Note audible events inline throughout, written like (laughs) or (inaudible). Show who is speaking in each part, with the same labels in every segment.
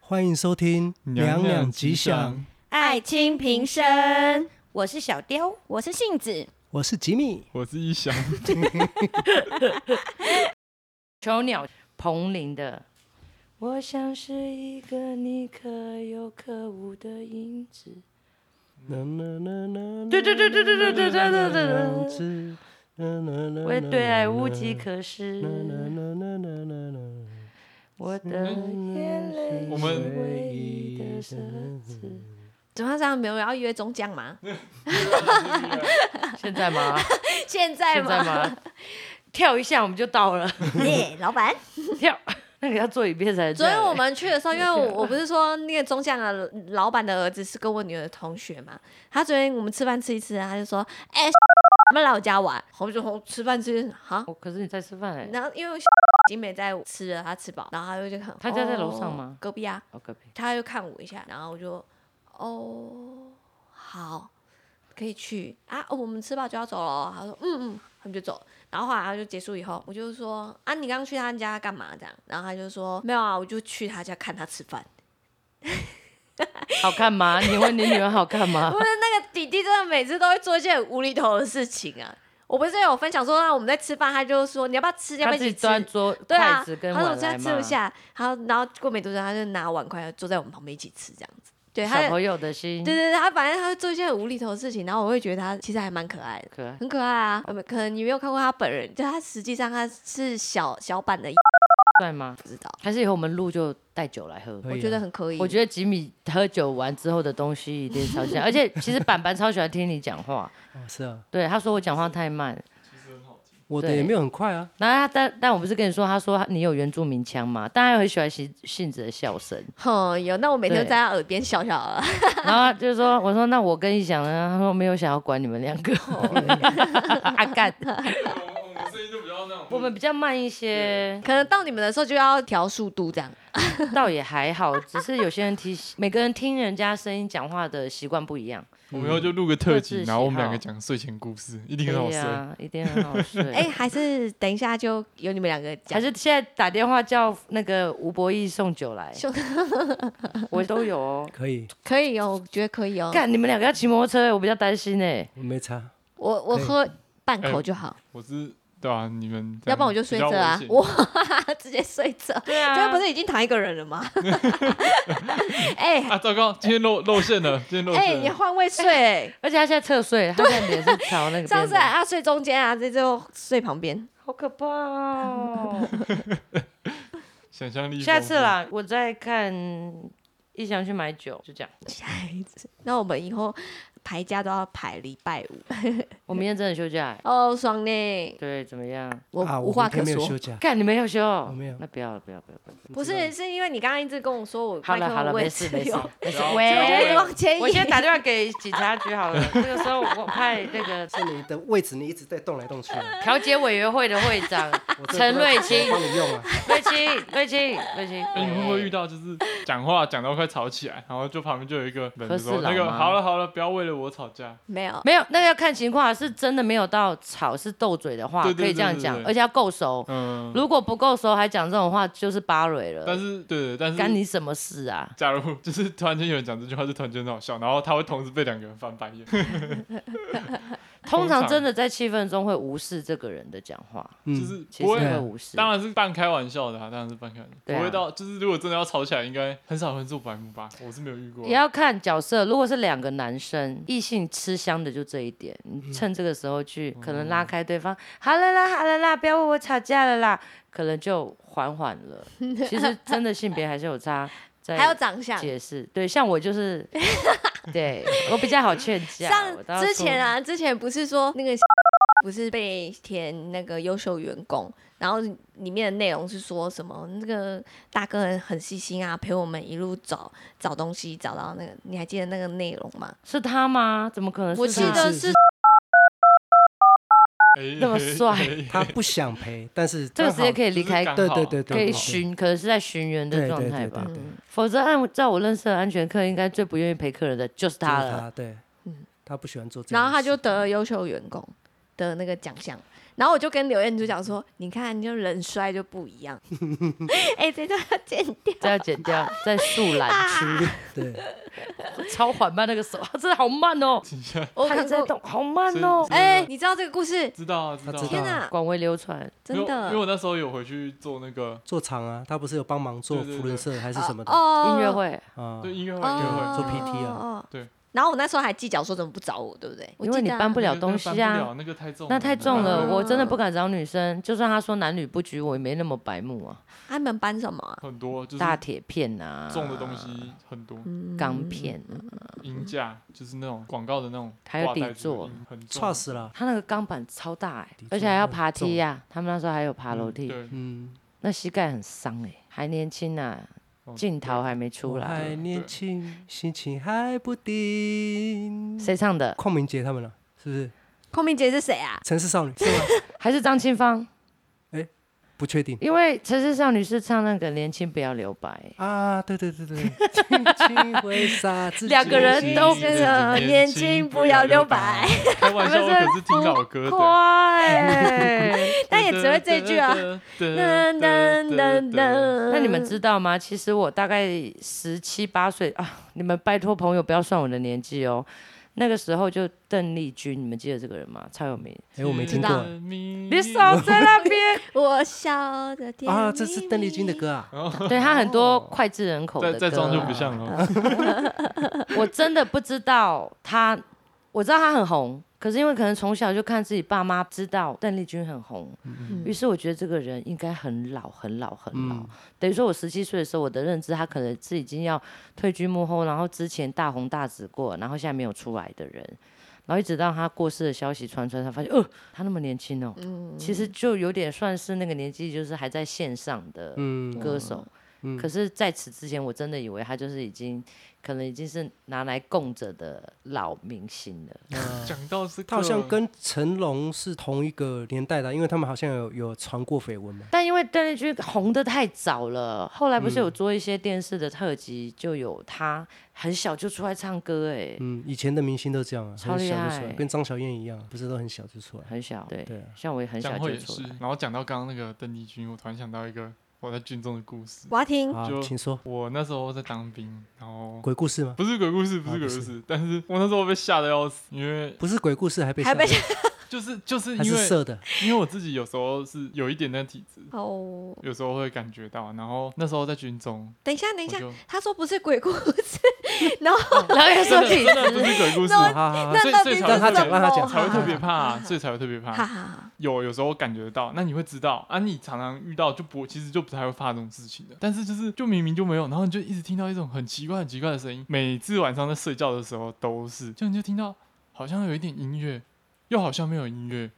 Speaker 1: 欢迎收听《娘娘吉祥》，
Speaker 2: 爱卿平生。我是小雕，
Speaker 3: 我是杏子，
Speaker 1: 我是吉米，
Speaker 4: 我是一翔。
Speaker 2: 囚鸟彭羚的。我像是一个你可有可无的影子。对对对对对对对对对对。我对爱无计可施。我的眼泪
Speaker 3: 嗯
Speaker 4: 我们
Speaker 2: 是唯一的奢侈。
Speaker 3: 怎么样？没有要约中奖
Speaker 2: (laughs)
Speaker 3: 吗？
Speaker 2: 现在吗？
Speaker 3: 现 (laughs) 在
Speaker 2: 现在
Speaker 3: 吗？ (laughs)
Speaker 2: 吗？哎跳一下我们就到了， (laughs)
Speaker 3: 耶，老板。
Speaker 2: 跳。那你要做一遍才
Speaker 3: 所
Speaker 2: (laughs) 对
Speaker 3: 以我们去的时候，因为我我不是说那个中奖的老板的儿子是跟我女儿的同学嘛，他昨天我们吃饭吃一吃，他就说：“哎、 (laughs) 我们来我家玩。”我就说吃饭吃好，
Speaker 2: 哦可是你在吃饭哎，
Speaker 3: 然后因为 (laughs) 已经没在吃了，他吃饱，然后他就去看
Speaker 2: 他家在楼上吗
Speaker 3: 哦隔壁啊，
Speaker 2: 哦隔壁
Speaker 3: 他就看我一下，然后我就哦好，可以去啊、哦我们吃饱就要走了。他说嗯嗯，他们就走。然后后来他就结束以后，我就说啊，你刚去他家干嘛这样？然后他就说没有啊，我就去他家看他吃饭。
Speaker 2: 好
Speaker 3: (laughs)
Speaker 2: 看吗？你问你女儿好看吗
Speaker 3: 不？是那个弟弟真的每次都会做一件很无厘头的事情啊。我不是有分享说，那我们在吃饭，他就说你要不要吃，你要
Speaker 2: 他
Speaker 3: 不要
Speaker 2: 自己
Speaker 3: 一起吃？
Speaker 2: 端桌
Speaker 3: 对啊
Speaker 2: 筷子，跟
Speaker 3: 他说我
Speaker 2: 碗
Speaker 3: 现在
Speaker 2: 来
Speaker 3: 吃不
Speaker 2: 嘛。
Speaker 3: 下，然后然后过没多久，他就拿碗筷坐在我们旁边一起吃这样子。对，他
Speaker 2: 小
Speaker 3: 的
Speaker 2: 朋友的心，
Speaker 3: 对对对，他反正他会做一些很无厘头的事情，然后我会觉得他其实还蛮可爱的，
Speaker 2: 可爱。
Speaker 3: 很可爱啊。我们可能你没有看过他本人，就他实际上他是小小版的， (laughs)
Speaker 2: 帅吗？
Speaker 3: 不知道，
Speaker 2: 还是以后我们录就带酒来喝？
Speaker 1: 可以啊
Speaker 3: 我觉得很可以。
Speaker 2: 我觉得吉米喝酒完之后的东西一定超像， (laughs) 而且其实板板超喜欢听你讲话，
Speaker 1: 哦是啊，
Speaker 2: 对他说我讲话太慢，
Speaker 1: 我的
Speaker 2: 对
Speaker 1: 也没有很快啊，
Speaker 2: 然后他但但我不是跟你说，他说你有原住民腔嘛，但他很喜欢杏杏子的笑声，
Speaker 3: 哼有，那我每天都在他耳边笑啊笑了。
Speaker 2: 然后他就说我说那我跟你讲呢，他说没有想要管你们两个， (laughs) 阿干，
Speaker 4: 我们声音就比较那种，
Speaker 2: 我们比较慢一些，
Speaker 3: (laughs) 可能到你们的时候就要调速度这样。
Speaker 2: 倒也还好，只是有些人听每个人听人家声音讲话的习惯不一样，
Speaker 4: 我们以后就录个特
Speaker 2: 各
Speaker 4: 辑，
Speaker 2: 自
Speaker 4: 然后我们
Speaker 2: 喜
Speaker 4: 两个
Speaker 2: 好啊
Speaker 4: 讲睡前故事，一定
Speaker 2: 对
Speaker 4: 很好
Speaker 2: 呀、
Speaker 4: 睡。
Speaker 2: 一定很好
Speaker 3: (laughs)
Speaker 2: 睡。
Speaker 3: 哎、还是等一下就由你们两个
Speaker 2: 还
Speaker 3: 讲。
Speaker 2: 是现在打电话叫那个吴博义送酒来
Speaker 3: 送，
Speaker 2: (laughs) 我都有哦。
Speaker 1: 可以，
Speaker 3: 可以哦，我觉得可以哦。
Speaker 2: 看你们两个要骑摩托车，我比较担心哎。
Speaker 1: 我没差。
Speaker 3: 我我
Speaker 1: 可以
Speaker 3: 喝半口就好，
Speaker 4: 我是对啊，你们哎这样
Speaker 3: 要不然我就睡
Speaker 4: 比较
Speaker 3: 着啊
Speaker 4: 危，险
Speaker 3: 我 (laughs) 直接睡着。
Speaker 2: 对啊
Speaker 3: 这不是已经躺一个人
Speaker 4: (laughs)
Speaker 3: 了吗？哎、
Speaker 4: 啊，糟糕，今天露露馅了，今天露
Speaker 3: 哎、
Speaker 4: 馅
Speaker 3: 你
Speaker 4: 了。
Speaker 3: 换位睡、 (laughs)
Speaker 2: 而且他现在侧睡，他现在脸是朝那个
Speaker 3: 啊上
Speaker 2: 边
Speaker 3: 次还
Speaker 2: 的，
Speaker 3: 要睡中间啊，这就睡旁边。
Speaker 2: 好可怕
Speaker 1: (laughs)
Speaker 2: 哦。
Speaker 4: 想象力，
Speaker 2: 下次。啦，我再看一翔去买酒，就这样。
Speaker 3: 那我们以后排假都要排礼拜五
Speaker 2: 我明天真的休假欸，
Speaker 3: 哦，爽呢！
Speaker 2: 对，怎么样？
Speaker 3: 我、
Speaker 1: 啊
Speaker 3: 无话
Speaker 1: 明天
Speaker 3: 可
Speaker 1: 没有休
Speaker 3: 说，
Speaker 1: 假，
Speaker 2: 看你们要休，
Speaker 1: 没有
Speaker 2: 那不要了，不要，不要，不要。
Speaker 3: 不是是因为你刚刚一直跟我说我
Speaker 2: 好了
Speaker 3: 麦克
Speaker 2: 好了，
Speaker 3: 风
Speaker 2: 没
Speaker 3: 位
Speaker 2: 事
Speaker 3: 置
Speaker 2: 没事
Speaker 3: 有哦
Speaker 2: 没事。
Speaker 3: (laughs) 就一直
Speaker 2: 喂
Speaker 3: 往，前移，
Speaker 2: 我先打电话给警察局好了。这个时候我派那
Speaker 1: (laughs)
Speaker 2: 个
Speaker 1: 是你的位置，你一直在动来动去啊。
Speaker 2: 调解委员会的会长
Speaker 1: 我真的
Speaker 2: 陈
Speaker 1: 不知道
Speaker 2: 瑞
Speaker 1: 怎么
Speaker 2: 清，
Speaker 1: 帮你用啊，
Speaker 2: 瑞清，瑞清，瑞清，
Speaker 4: 哎，你会不会遇到就是讲话讲到快吵起来，然后就旁边就有一个人
Speaker 2: 和事
Speaker 4: 说
Speaker 2: 佬
Speaker 4: 那个
Speaker 2: 吗
Speaker 4: 好了好了，不要为了我吵架。
Speaker 3: 没有。
Speaker 2: 没有，那个要看情况，是真的没有到吵，是斗嘴的话，
Speaker 4: 对对
Speaker 2: 可以这样讲
Speaker 4: 对对，对
Speaker 2: 而且要够熟。
Speaker 4: 嗯，
Speaker 2: 哦如果不够熟还讲这种话，就是巴蕊
Speaker 4: 但
Speaker 2: 了，
Speaker 4: 是对对，但
Speaker 2: 干
Speaker 4: 是
Speaker 2: 你什么事啊？
Speaker 4: 假如就是突然间有人讲这句话，就突然间很好笑，然后他会同时被两个人翻白眼。
Speaker 2: 通
Speaker 4: 通
Speaker 2: 常
Speaker 4: 常
Speaker 2: 真的在气氛中会无视这个人的讲话，
Speaker 1: 嗯
Speaker 4: 就是
Speaker 2: 其
Speaker 4: 不
Speaker 2: 实
Speaker 4: 会
Speaker 2: 会无视。
Speaker 4: 当然是半开玩笑的、啊，当然是半开玩笑，
Speaker 2: 对啊
Speaker 4: 不会到就是如果真的要吵起来，应该很少人做白目吧？我是没有遇过
Speaker 2: 也。要看角色，如果是两个男
Speaker 3: 嗯
Speaker 2: 生，异性吃香的就这一点，你趁这个时候去，可能拉开对方，好了啦，好了啦，不要为我吵架了啦，可能就缓缓
Speaker 3: (laughs)
Speaker 2: 了。其实真的性别还是有差，在
Speaker 3: 还有长相，
Speaker 2: 解释，对，像
Speaker 3: (laughs)
Speaker 2: 我就是，对我比较好劝架。
Speaker 3: 像
Speaker 2: 我到
Speaker 3: 之
Speaker 2: 处
Speaker 3: 前，啊，之前不是说那个 (laughs) 不是被填那个优秀员工，然后里面的内容是说什么那个大哥很很细心啊，陪我们一路找找东西，找到那个你还记得那个内容吗？
Speaker 2: 是他吗？怎么可能
Speaker 3: 我
Speaker 2: 是
Speaker 3: 记
Speaker 2: 他？
Speaker 3: 得
Speaker 1: 是
Speaker 3: 是
Speaker 4: 哎
Speaker 2: 那么帅
Speaker 1: 他不想赔，但是
Speaker 2: 这个
Speaker 1: 刚
Speaker 2: 时间
Speaker 1: 好
Speaker 2: 可以离开，
Speaker 4: 刚
Speaker 1: 对
Speaker 4: 好啊
Speaker 1: 对对对，
Speaker 2: 可以
Speaker 1: 对
Speaker 2: 巡，可能是在巡人的
Speaker 1: 对
Speaker 2: 状
Speaker 1: 对
Speaker 2: 态
Speaker 1: 对
Speaker 2: 吧
Speaker 3: 嗯
Speaker 1: 对。对，
Speaker 2: 否则，按照我认识的安全课，应该最不愿意陪客人的就是他
Speaker 1: 他
Speaker 2: 了。
Speaker 1: 他对，他不喜欢做这样的事，
Speaker 3: 然后他就得了优秀员工，的那个奖项。然后我就跟刘彦祖讲说：“你看，你就人帅就不一样。” (laughs) 哎、这段要剪掉。
Speaker 2: 这要
Speaker 3: (laughs)
Speaker 2: 剪掉，在树懒
Speaker 1: (laughs)
Speaker 2: 区、
Speaker 4: 啊
Speaker 1: 对，
Speaker 2: (laughs) 超缓慢那个手，真的好慢哦，
Speaker 4: 等一下，
Speaker 3: 我
Speaker 2: 它
Speaker 3: 看
Speaker 2: 在
Speaker 3: 过，
Speaker 2: 动，好慢哦。
Speaker 4: 啊
Speaker 3: 哎、你知道这个故事？
Speaker 4: 知道啊，知
Speaker 1: 他
Speaker 4: 道
Speaker 1: 知道
Speaker 4: 啊。
Speaker 3: 天哪，
Speaker 2: 广为流传，
Speaker 3: 真
Speaker 4: 因为因为
Speaker 3: 的
Speaker 4: 我那时候有回去做那个
Speaker 1: 做场啊，他不是有帮忙做
Speaker 4: 对对对
Speaker 1: 福伦社还是什么的
Speaker 3: 哦
Speaker 2: 音乐会，
Speaker 1: 啊？
Speaker 4: 对音乐会，音
Speaker 3: 哦
Speaker 4: 乐
Speaker 1: 做
Speaker 4: 会，
Speaker 1: PT 啊
Speaker 3: 啊
Speaker 4: 对。
Speaker 3: 然后我那时候还计较说怎么不找我，对不对？我
Speaker 2: 因为
Speaker 3: 记
Speaker 2: 你
Speaker 3: 得啊
Speaker 2: 搬不了
Speaker 4: 那个
Speaker 2: 东
Speaker 4: 搬
Speaker 2: 西
Speaker 4: 不
Speaker 2: 啊
Speaker 4: 了，，那个太重了，
Speaker 2: 那太重了，
Speaker 3: 嗯
Speaker 2: 我真的不敢找女生。就算她说男女不拘，我也没那么白目啊，
Speaker 3: 他们搬什么啊？
Speaker 4: 很多就是
Speaker 2: 大铁片啊，
Speaker 4: 重的东，西很多，
Speaker 3: 嗯
Speaker 2: 钢片啊，
Speaker 4: 音架就是那种广告的那种
Speaker 2: 还有
Speaker 4: 挂带子
Speaker 2: 底座
Speaker 4: 音很重
Speaker 1: 差死了，
Speaker 2: 它那个钢板超大哎
Speaker 1: 的，确
Speaker 2: 而且还要
Speaker 1: 很
Speaker 2: 爬梯呀，他们那时候还有爬楼梯，
Speaker 4: 对，
Speaker 1: 嗯，
Speaker 2: 那膝盖很伤哎，还年轻啊，
Speaker 4: 哦
Speaker 2: 镜头还没
Speaker 1: 我
Speaker 2: 出来
Speaker 1: 还。年轻，心情还不定。
Speaker 2: 谁唱的？
Speaker 1: 邝明杰他们了，是不是？
Speaker 3: 孔明姐是谁啊？
Speaker 1: 城市少女
Speaker 2: 还是张清芳？
Speaker 1: 不确
Speaker 2: (laughs)
Speaker 1: 定
Speaker 2: 因为《城市少女》是唱那个“年轻不要留白
Speaker 1: 啊，对对对对，轻轻挥洒自己。”，
Speaker 2: 两个人都
Speaker 4: 年轻
Speaker 2: 变
Speaker 3: 年轻不要留白，
Speaker 4: 开玩笑，我可是听老歌的，
Speaker 2: 快。
Speaker 4: (laughs)
Speaker 3: 但也只会这一句啊。噔噔噔噔。
Speaker 2: 那你们
Speaker 3: 呃
Speaker 2: 知道吗？其实我大概十七八岁啊，你们拜托朋友不要算我的年纪哦。那个时候就邓丽君，你们记得这个人吗？超有名。
Speaker 1: 哎，我没听
Speaker 3: 知道
Speaker 1: 过
Speaker 2: 你
Speaker 4: 你
Speaker 2: 少在那
Speaker 3: (laughs)
Speaker 2: 边。
Speaker 3: 我笑的甜蜜蜜
Speaker 1: 啊，这是邓丽君的。歌啊，
Speaker 2: 对他很多脍炙人口的
Speaker 4: 再
Speaker 2: 歌。啊
Speaker 4: 再装就不像了。
Speaker 2: 我真的不知道他，我知道他很红，可是因为可能从小就看自己爸妈知道邓丽君很红，
Speaker 1: 嗯
Speaker 2: 于是我觉得这个人应该很老很老很老。
Speaker 1: 嗯
Speaker 2: 等于说我十七岁的时候，我的认知他可能是已经要退居幕后，然后之前大红大紫过，然后现在没有出来的人。然后一直到他过世的消息传出来，才发现，呃，他那么年轻哦，
Speaker 3: 嗯
Speaker 2: 其
Speaker 1: 嗯
Speaker 2: 实就有点算是那个年纪，就是还在线上的
Speaker 1: 嗯，
Speaker 2: 歌手。可是在此之前，我真的以为他就是已经可能已经是拿来供着的老明星了。
Speaker 4: 讲到这个，
Speaker 1: 啊
Speaker 4: 啊
Speaker 1: 他好像跟成龙是同一个年代的，因为他们好像有有传过绯闻嘛。
Speaker 2: 但因为邓丽君红的太早了，后来不
Speaker 1: 嗯
Speaker 2: 是有做一些电视的特辑，就有她很小就出来唱歌、哎、
Speaker 1: 嗯，以前的明星都这样啊，
Speaker 2: 超
Speaker 1: 很小
Speaker 2: 厉
Speaker 1: 就出来，
Speaker 2: 害
Speaker 1: 跟张小燕一样，不是都很小就出来。
Speaker 2: 很小，对，
Speaker 1: 对啊，
Speaker 2: 像我也很小
Speaker 4: 讲后
Speaker 2: 就
Speaker 4: 也
Speaker 2: 出
Speaker 4: 是
Speaker 2: 来。。 (laughs)
Speaker 4: 然后讲到刚刚那个邓丽君，我突然想到一个我在军中的故事。
Speaker 3: 我要听，
Speaker 1: 好，
Speaker 4: 就
Speaker 1: 请说
Speaker 4: 我那时候在当兵，然后
Speaker 1: 鬼故事吗？
Speaker 4: 不是鬼故事，不
Speaker 1: 啊不
Speaker 4: 是鬼
Speaker 1: 是
Speaker 4: 故事，但是我那时候被吓得要死，因为
Speaker 1: 不是鬼故事，还被
Speaker 3: 还被
Speaker 1: 吓到
Speaker 4: 就是就是
Speaker 1: 还
Speaker 4: 因
Speaker 1: 是
Speaker 4: 为
Speaker 1: 色的，
Speaker 4: 因为我自己有时候是有一点那体质，
Speaker 3: 哦，
Speaker 4: 有时候会感觉到。然后那时候在军中，
Speaker 3: 等一下，等
Speaker 4: 我
Speaker 3: 一下，
Speaker 4: 就
Speaker 3: 他说不是鬼故事，
Speaker 2: 然后又说
Speaker 4: 真
Speaker 2: 体
Speaker 4: 的不
Speaker 2: 质，
Speaker 4: 是鬼故
Speaker 1: (laughs)
Speaker 4: 事，
Speaker 1: 好好好，
Speaker 3: 那
Speaker 4: 啊所以
Speaker 3: 到
Speaker 4: 所
Speaker 3: 底
Speaker 4: 以
Speaker 3: 是
Speaker 4: 才
Speaker 1: 让
Speaker 3: 什么？
Speaker 1: 他讲让他讲
Speaker 4: 才会特别
Speaker 3: (laughs)
Speaker 4: 怕
Speaker 3: 好
Speaker 4: 啊，
Speaker 3: 好
Speaker 4: 所以才会特别怕
Speaker 3: 好。好好
Speaker 4: 有有时候感觉得到，那你会知道啊，你常常遇到就不其实就不太会发生这种事情的，但是就是就明明就没有，然后你就一直听到一种很奇怪很奇怪的声音，每次晚上在睡觉的时候都是，就你就听到好像有一点音乐，又好像没有音乐，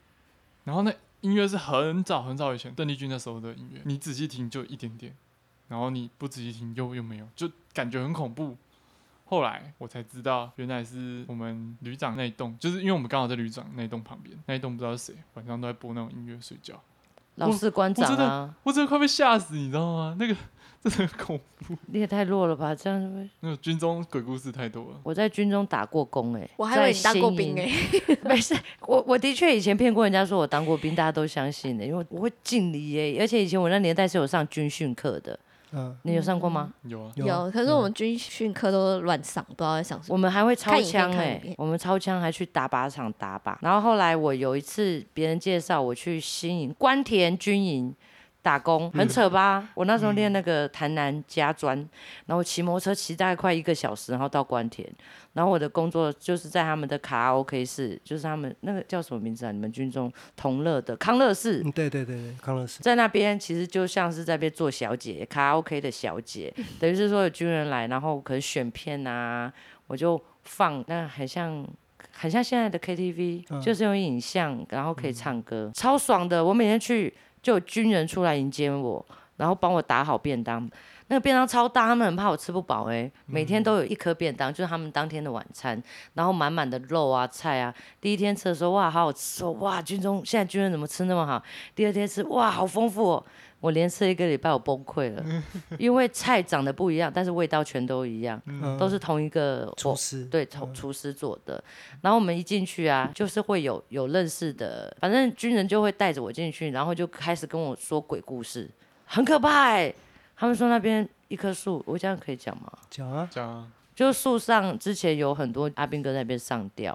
Speaker 4: 然后那音乐是很早很早以前邓丽君那时候的音乐，你仔细听就一点点，然后你不仔细听又又没有，就感觉很恐怖。后来我才知道，原来是我们旅长那一栋，就是因为我们刚好在旅长那一栋旁边，那一栋不知道是谁，晚上都在播那种音乐睡觉，
Speaker 2: 老士官长啊，
Speaker 4: 我真的快被吓死，你知道吗？那个真的很恐怖，
Speaker 2: 你也太弱了吧？这样会
Speaker 4: 那个军中鬼故事太多了。
Speaker 2: 我在军中打过工、哎，
Speaker 3: 我还以为你当过
Speaker 2: 在新
Speaker 3: 兵
Speaker 2: 营
Speaker 3: 哎、
Speaker 2: (laughs) 没事，我我的确以前骗过人家说我当过兵，大家都相信的、因为我会敬礼耶、而且以前我那年代是有上军训课的，
Speaker 1: (laughs) 嗯，
Speaker 2: 你有上过吗？
Speaker 4: 有啊，
Speaker 1: 有啊
Speaker 3: 有，可是我们军训课都乱上，不知道在上什么。
Speaker 2: 我们还会
Speaker 3: 看
Speaker 2: 超
Speaker 3: 影片
Speaker 2: 枪
Speaker 3: 看
Speaker 2: 哎、
Speaker 3: 影片
Speaker 2: 我们超枪还去打靶场打靶。然后后来我有一次别人介绍我去新营关田军营打工，很扯吧？我那时候练那个台南家专，然后我骑摩托车骑大概快一个小时，然后到关田。然后我的工作就是在他们的卡拉 OK 室，就是他们那个叫什么名字啊？你们军中同乐的康乐室。
Speaker 1: 嗯，对对对对，康乐师，
Speaker 2: 在那边其实就像是在那边做小姐，卡拉 OK 的小姐，等于是说有军人来，然后可能选片啊，我就放，那很像。很像现在的 KTV，、
Speaker 1: 嗯
Speaker 2: 就是用影像，然后可以唱歌，超爽的。我每天去就有军人出来迎接我，然后帮我打好便当。那个便当超大，他们很怕我吃不饱哎、每天都有一颗便当，就是他们当天的晚餐，然后满满的肉啊菜啊。第一天吃的时候哇，好好吃哦，哇，军中现在军人怎么吃那么好？第二天吃哇，好丰富哦。我连吃一个礼拜，我崩溃了，
Speaker 1: 嗯 (laughs)
Speaker 2: 因为菜长得不一样，但是味道全都一样，
Speaker 1: 嗯
Speaker 2: 都是同一个
Speaker 1: 厨师，嗯
Speaker 2: 对，从厨师做的。然后我们一进去啊，就是会有有认识的，反正军人就会带着我进去，然后就开始跟我说鬼故事，很可怕哎、他们说那边一棵树，我这样可以讲吗？
Speaker 1: 讲啊，
Speaker 4: 这样啊
Speaker 2: 就是树上之前有很多阿兵哥在那边上吊，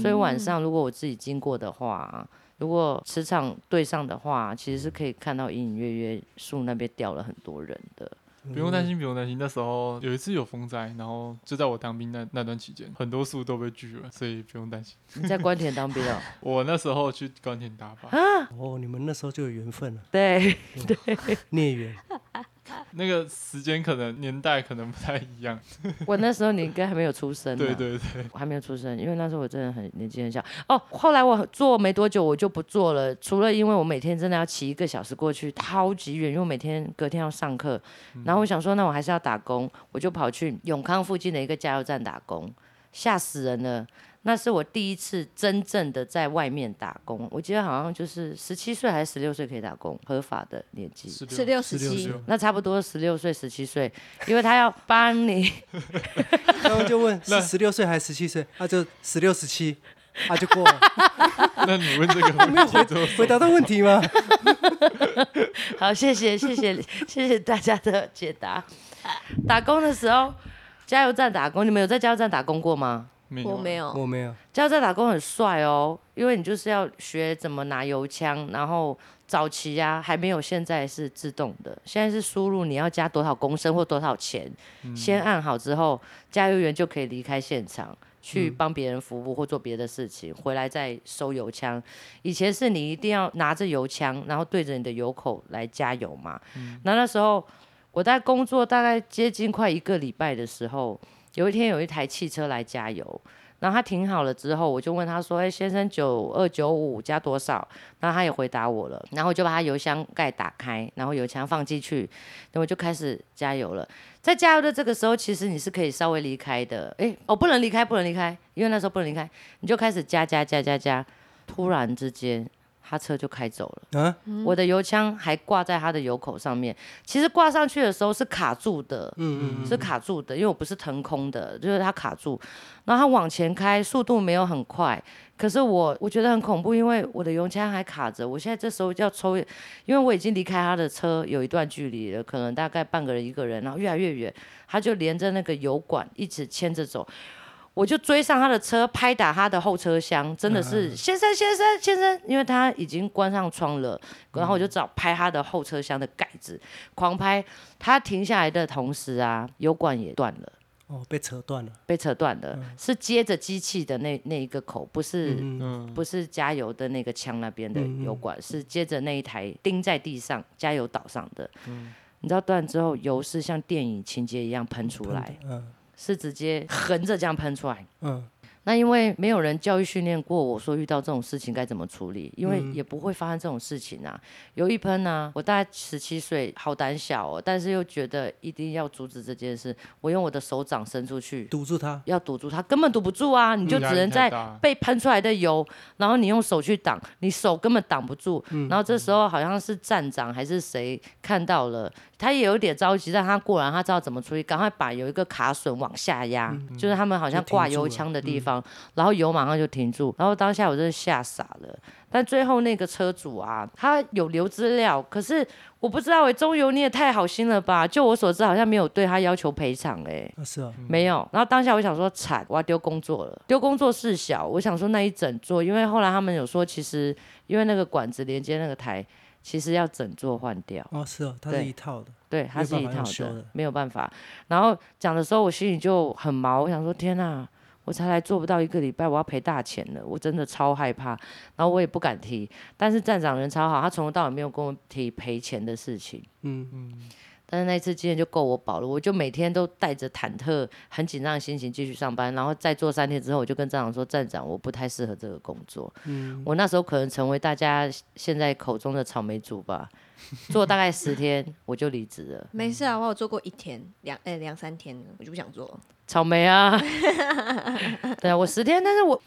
Speaker 2: 所以
Speaker 4: 嗯
Speaker 2: 晚上如果我自己经过的话，如果磁场对上的话，其实是可以看到隐隐约约树那边掉了很多人的。
Speaker 1: 嗯
Speaker 4: 不用担心，不用担心。那时候有一次有风灾，然后就在我当兵那那段期间，很多树都被锯了，所以不用担心。
Speaker 2: 你在关田当兵
Speaker 4: (laughs)
Speaker 2: 哦？
Speaker 4: 我那时候去关田打
Speaker 3: 啊
Speaker 4: 靶，
Speaker 1: 哦，你们那时候就有缘分了，
Speaker 2: 对，
Speaker 1: 孽缘。
Speaker 4: 那个时间可能年代可能不太一样。
Speaker 2: 我那时候你应该还没有出生、啊呢。
Speaker 4: 对
Speaker 3: 啊
Speaker 4: 对对，
Speaker 2: 我还没有出生，因为那时候我真的很年纪很小。哦，后来我做没多久我就不做了，除了因为我每天真的要骑一个小时过去，超级远，因为我每天隔天要上课。然后我想说，那我还是要打工，我就跑去永康附近的一个加油站打工，吓死人了。那是我第一次真正的在外面打工，我记得好像就是十七岁还是十六岁可以打工，合法的年纪。
Speaker 4: 十
Speaker 3: 十
Speaker 4: 六
Speaker 3: 六十七，
Speaker 4: 六，
Speaker 2: 那差不多十六岁、十七岁，因为他要帮你
Speaker 1: 刚刚就 (laughs) 问是
Speaker 4: 那
Speaker 1: 十六岁还是十七岁，他就十六十七，啊就过了，
Speaker 4: 那你问这个
Speaker 3: (laughs)
Speaker 4: 问题之后，
Speaker 1: 回答到问题吗？
Speaker 2: (laughs) 好，谢谢谢谢谢谢大家的解答。打工的时候，加油站打工，你们有在加油站打工过吗？
Speaker 4: 没
Speaker 3: 我
Speaker 4: 啊
Speaker 3: 没
Speaker 1: (laughs)
Speaker 3: 有，
Speaker 1: 我没有，
Speaker 2: 加油站打工很帅哦，因为你就是要学怎么拿油枪，然后早期啊还没有现在是自动的，现在是输入你要加多少公升或多少钱，先按好之后，加油员就可以离开现场。去帮别人服务或做别的事情，回来再收油枪。以前是你一定要拿着油枪，然后对着你的油口来加油嘛。那、那时候我在工作大概接近快一个礼拜的时候，有一天有一台汽车来加油，然后他停好了之后，我就问他说：“哎、先生，九二九五加多少？”然后他也回答我了，然后我就把他油箱盖打开，然后油枪放进去，然后我就开始加油了。在加油的这个时候，其实你是可以稍微离开的。哎、哦，不能离开，不能离开，因为那时候不能离开，你就开始加加加加加，突然之间。他车就开走了，
Speaker 1: 啊
Speaker 2: 我的油枪还挂在他的油口上面。其实挂上去的时候是卡住的，
Speaker 1: 嗯嗯
Speaker 2: 是卡住的，因为我不是腾空的，就是它卡住，然后它往前开，速度没有很快，可是我我觉得很恐怖，因为我的油枪还卡着，我现在这时候要抽，因为我已经离开他的车有一段距离了，可能大概半个人一个人，然后越来越远，他就连着那个油管一直牵着走。我就追上他的车，拍打他的后车厢，真的是、先生先生先生，因为他已经关上窗了，然后我就只好拍他的后车厢的盖子，狂拍，他停下来的同时啊，油管也断了，
Speaker 1: 哦，被扯断了，
Speaker 2: 被扯断了，是接着机器的那那一个口，不是、
Speaker 1: 嗯，
Speaker 4: 嗯，
Speaker 2: 不是加油的那个枪那边的
Speaker 1: 嗯嗯
Speaker 2: 油管，是接着那一台钉在地上加油岛上的。
Speaker 1: 嗯
Speaker 2: 你知道断之后，油是像电影情节一样喷出来，
Speaker 1: 嗯
Speaker 2: 是直接横着这样喷出来。
Speaker 1: 嗯，
Speaker 2: 那因为没有人教育训练过我说遇到这种事情该怎么处理，因
Speaker 1: 嗯
Speaker 2: 为也不会发生这种事情啊。有一喷呢、我大概十七岁，好胆小哦，但是又觉得一定要阻止这件事。我用我的手掌伸出去，
Speaker 1: 堵嗯住他，
Speaker 2: 要堵住它，根本堵不住啊！你就只
Speaker 4: 嗯压力
Speaker 2: 能
Speaker 4: 太
Speaker 2: 在
Speaker 4: 大
Speaker 2: 被喷出来的油，然后你用手去挡，你手根本挡不住。然后这时候好像是站长还是谁看到了，他也有点着急，但他果然他知道怎么处理，赶快把有一个卡榫往下压，就是他们好像
Speaker 1: 就停
Speaker 2: 挂
Speaker 1: 住
Speaker 2: 油
Speaker 1: 了
Speaker 2: 枪的地方，然后油马嗯上就停住。然后当下我真的吓傻了。但最后那个车主啊，他有留资料，可是我不知道哎、中油你也太好心了吧？就我所知，好像没有对他要求赔偿哎、
Speaker 1: 啊是啊，
Speaker 2: 没有。然后当下我想说，惨，我要丢工作了，丢工作事小。我想说那一整座，因为后来他们有说，其实因为那个管子连接那个台，其实要整座换掉。
Speaker 1: 哦是啊，它是
Speaker 2: 对
Speaker 1: 一套的，
Speaker 2: 对，它是一
Speaker 1: 没有办
Speaker 2: 套
Speaker 1: 法用
Speaker 2: 的
Speaker 1: 修的，
Speaker 2: 没有办法。然后讲的时候，我心里就很毛，我想说天呐，我才来做不到一个礼拜，我要赔大钱了，我真的超害怕。然后我也不敢提，但是站长人超好，他从头到尾没有跟我提赔钱的事情。
Speaker 1: 嗯
Speaker 4: 嗯，
Speaker 2: 但是那一次经验就够我饱了，我就每天都带着忐忑、很紧张的心情继续上班，然后再做三天之后，我就跟站长说：“站长，我不太适合这个工作。”
Speaker 1: 嗯
Speaker 2: 我那时候可能成为大家现在口中的草莓族吧，做大概十天 (laughs) 我就离职了。
Speaker 3: 没事啊，我有做过一天两哎两三天，我就不想做了。
Speaker 2: 草莓啊， (laughs) 对啊，我十天，但是我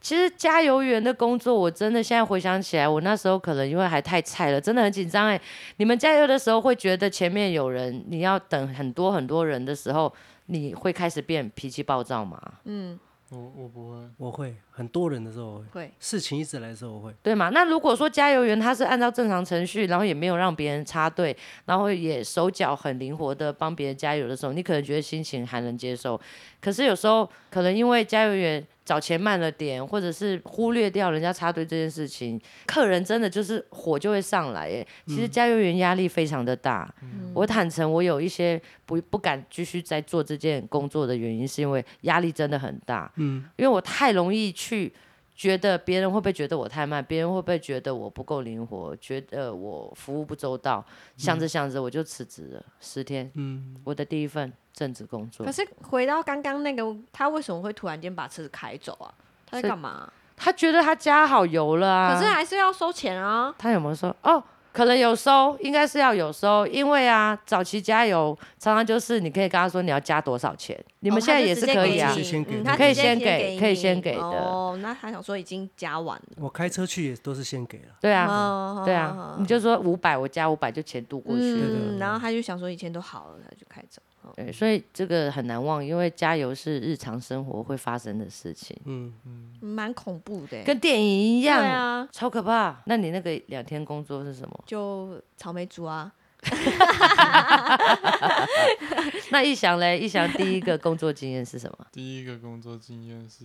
Speaker 2: 其实加油员的工作，我真的现在回想起来，我那时候可能因为还太菜了，真的很紧张哎、你们加油的时候会觉得前面有人，你要等很多很多人的时候，你会开始变脾气暴躁吗？
Speaker 3: 嗯，
Speaker 4: 我我不会，
Speaker 1: 我会很多人的时候我会，
Speaker 3: 会
Speaker 1: 事情一直来的时候我会，
Speaker 2: 对嘛？那如果说加油员他是按照正常程序，然后也没有让别人插队，然后也手脚很灵活的帮别人加油的时候，你可能觉得心情还能接受。可是有时候可能因为加油员找钱慢了点，或者是忽略掉人家插队这件事情，客人真的就是火就会上来耶。其实加油员压力非常的大。
Speaker 1: 嗯
Speaker 4: 嗯
Speaker 3: 嗯
Speaker 2: 我坦诚，我有一些不不敢继续再做这件工作的原因，是因为压力真的很大。
Speaker 1: 嗯，
Speaker 2: 因为我太容易去觉得别人会不会觉得我太慢，别人会不会觉得我不够灵活，觉得我服务不周到，想着想着我就辞职了，十天，
Speaker 1: 嗯，
Speaker 2: 我的第一份正职工作
Speaker 3: 可。是回到刚刚那个，他为什么会突然间把车子开走啊？他在
Speaker 2: 是
Speaker 3: 干嘛、
Speaker 2: 他觉得他加好油了啊，
Speaker 3: 可是还是要收钱啊。
Speaker 2: 他有没有说哦？可能有收，应该是要有收，因为啊，早期加油常常就是你可以跟他说你要加多少钱，你
Speaker 3: 你
Speaker 2: 们现在也是可以啊
Speaker 1: 哦他，就直接给你
Speaker 3: 嗯、他
Speaker 1: 可以
Speaker 3: 直接
Speaker 2: 先给
Speaker 3: 你
Speaker 2: 可以先给的
Speaker 3: 哦，那他想说已经加完了，
Speaker 1: 我开车去也都是先给了，
Speaker 2: 对啊，
Speaker 3: 啊
Speaker 2: 对啊，你就说五百，我加五百就钱渡过去
Speaker 1: 对
Speaker 2: 了。
Speaker 3: 嗯，
Speaker 1: 对
Speaker 3: 然后他就想说以前都好了，他就开走。哦
Speaker 2: 对，所以这个很难忘，因为加油是日常生活会发生的事情，
Speaker 1: 嗯，
Speaker 3: 蛮恐怖的欸，
Speaker 2: 跟电影一
Speaker 3: 对
Speaker 2: 样，
Speaker 3: 啊，
Speaker 2: 超可怕。那你那个两天工作是什么？
Speaker 3: 就草莓族
Speaker 2: (laughs)
Speaker 3: 啊，
Speaker 2: 那一翔嘞，一翔第一个工作经验是什么？
Speaker 4: 第一个工作经验是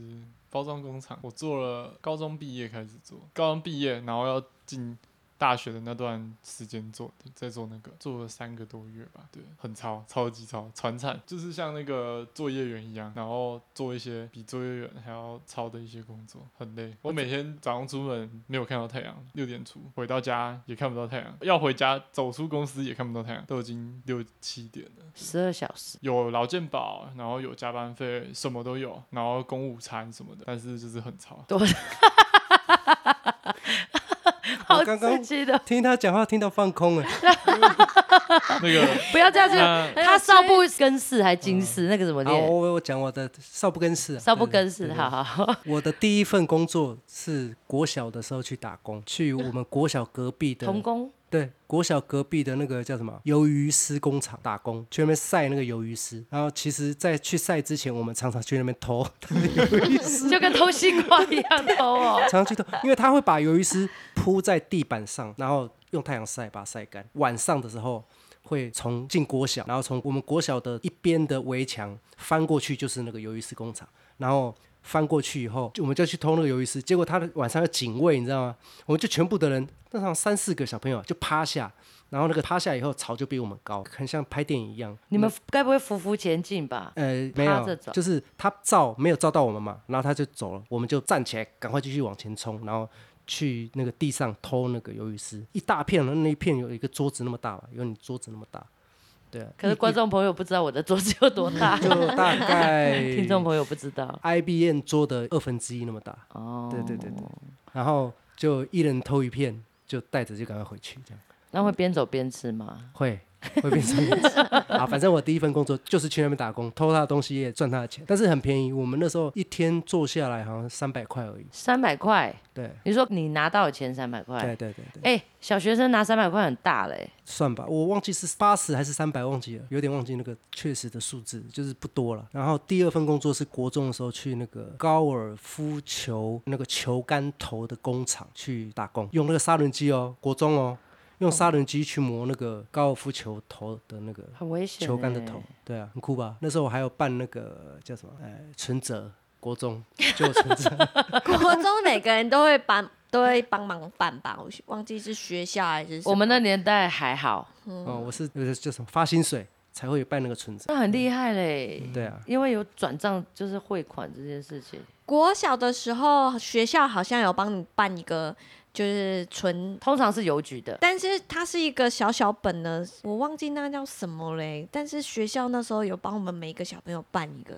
Speaker 4: 包装工厂，我做了高中毕业开始做，高中毕业然后要进大学的那段时间做的，在做那个做了三个多月吧，对，很超，超级超，传产就是像那个作业员一样，然后做一些比作业员还要超的一些工作，很累。我每天早上出门没有看到太阳，六点出，回到家也看不到太阳，要回家走出公司也看不到太阳，都已经六七点了。
Speaker 2: 十二小
Speaker 3: (laughs)
Speaker 2: 时，
Speaker 4: 有劳健保，然后有加班费，什么都有，然后公午餐什么的，但是就是很
Speaker 1: (laughs)
Speaker 4: 吵。
Speaker 2: 好
Speaker 1: 我刚刚
Speaker 2: 刺激的，
Speaker 1: 听他讲话听到放空哎，
Speaker 4: 那个，
Speaker 2: 不要这样子。
Speaker 3: 呃
Speaker 4: 那
Speaker 2: 他少不更事还金事，那个怎么
Speaker 1: 嗯好，
Speaker 2: 念？
Speaker 1: 我我讲我的少不更事啊，
Speaker 2: 少不
Speaker 1: 对
Speaker 2: 更
Speaker 1: 对
Speaker 2: 事，
Speaker 1: 对
Speaker 2: 好好好。
Speaker 1: 我的第一份工作是国小的时候去打工，去我们国小隔壁的
Speaker 3: (laughs)
Speaker 2: 童工，
Speaker 1: 对，国小隔壁的那个叫什么鱿鱼丝工厂打工，去那边晒那个鱿鱼丝。然后其实，在去晒之前，我们常常去那边偷，
Speaker 2: 就跟偷西瓜一样偷
Speaker 1: (laughs)
Speaker 2: 哦。
Speaker 1: 常常去偷，因为他会把鱿鱼丝铺在地板上，然后用太阳晒把它晒干。晚上的时候。会从进国小，然后从我们国小的一边的围墙翻过去，就是那个鱿鱼丝工厂。然后翻过去以后，就我们就去偷那个鱿鱼丝。结果他的晚上的警卫，你知道吗？我们就全部的人，那上三四个小朋友啊就趴下，然后那个趴下以后，草就比我们高，很像拍电影一样。
Speaker 2: 你们该不会匍匐前进吧？
Speaker 1: 呃，没
Speaker 2: 趴着
Speaker 1: 有
Speaker 2: 走，
Speaker 1: 就是他照没有照到我们嘛，然后他就走了，我们就站起来，赶快继续往前冲，然后去那个地上偷那个鱿鱼丝，一大片，然后那一片有一个桌子那么大吧，有你桌子那么大，对啊。
Speaker 2: 可是观众朋友不知道我的桌子有多
Speaker 1: (laughs)
Speaker 2: 大，
Speaker 1: 就大概
Speaker 2: 听众朋友不知道
Speaker 1: IBM 桌的二分之一那么大，
Speaker 2: 哦。
Speaker 1: 对对对对，然后就一人偷一片，就带着就赶快回去，这样
Speaker 2: 那会边走边吃吗？
Speaker 1: 会会变
Speaker 2: (laughs)
Speaker 1: 成这样子啊。反正我第一份工作就是去那边打工，偷他的东西也赚他的钱，但是很便宜。我们那时候一天做下来好像三百块而已。
Speaker 2: 三百块，
Speaker 1: 对，
Speaker 2: 你说你拿到的钱三百块，
Speaker 1: 对对对对，
Speaker 2: 哎、小学生拿三百块很大嘞、
Speaker 1: 算吧，我忘记是八十还是三百，忘记了，有点忘记那个确实的数字，就是不多了。然后第二份工作是国中的时候去那个高尔夫球那个球杆头的工厂去打工，用那个砂轮机哦，国中哦，用砂轮机去磨那个高尔夫球头的那个
Speaker 2: 很危险、
Speaker 1: 球杆的
Speaker 3: 欸
Speaker 1: 头，，对啊，很酷吧？那时候我还有办那个叫什么，呃，存折，国中就有存
Speaker 2: (laughs)
Speaker 1: 折，
Speaker 3: 国中每个人都会帮都会帮忙办吧，我忘记是学校还是什么
Speaker 2: 我们那年代还好，
Speaker 1: 哦，我是那个叫什么发薪水才会有办那个存折，
Speaker 2: 那很厉害嘞、
Speaker 1: (laughs) 对啊，
Speaker 2: 因为有转账就是汇款这件事情，
Speaker 3: 国小的时候，学校好像有帮你办一个，就是纯，
Speaker 2: 通常是邮局的。
Speaker 3: 但是它是一个小小本的，我忘记那叫什么嘞。但是学校那时候有帮我们每一个小朋友办一个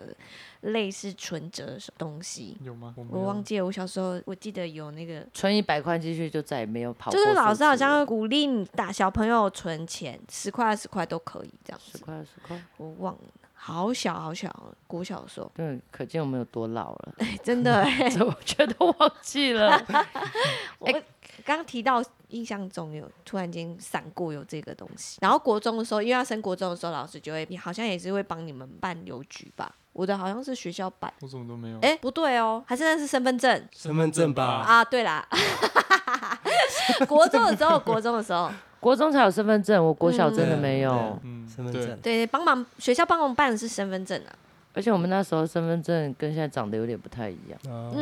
Speaker 3: 类似存折什么东西，
Speaker 4: 有吗？
Speaker 2: 嗯
Speaker 4: 我
Speaker 3: 我忘
Speaker 4: 记
Speaker 3: 记了。我小时候我记得有那个。
Speaker 2: 存一百块进去就再也没有跑过
Speaker 3: 就
Speaker 2: 数字
Speaker 3: 是
Speaker 2: 了。
Speaker 3: 老师好像会鼓励你打小朋友存钱，十块二十块都可以这样
Speaker 2: 十
Speaker 3: 子。
Speaker 2: 块十块，
Speaker 3: 我忘了，好小好小哦，国小的时候，
Speaker 2: 对，可见我们有多老
Speaker 3: (laughs)
Speaker 2: 了。
Speaker 3: 哎真
Speaker 2: (laughs)
Speaker 3: 的哎、
Speaker 2: 这我觉得忘记了。
Speaker 3: 我刚刚提到印象中有突然间闪过有这个东西，然后国中的时候，因为要升国中的时候，老师就会，你好像也是会帮你们办邮局吧？我的好像是学校办，
Speaker 4: 我怎么都没有。
Speaker 3: 哎、不对哦，还是那是身份证
Speaker 1: 身份证吧，
Speaker 3: 啊？对啦，国中的时候，国中的时候，
Speaker 2: 国中才有身份证，我国小真的
Speaker 1: 嗯
Speaker 2: 没
Speaker 1: 对
Speaker 2: 有。
Speaker 4: 嗯，
Speaker 1: 身份
Speaker 4: 对
Speaker 1: 证，
Speaker 3: 对，帮忙学校帮忙办的是身份证啊，
Speaker 2: 而且我们那时候身份证跟现在长得有点不太一样。
Speaker 1: 嗯，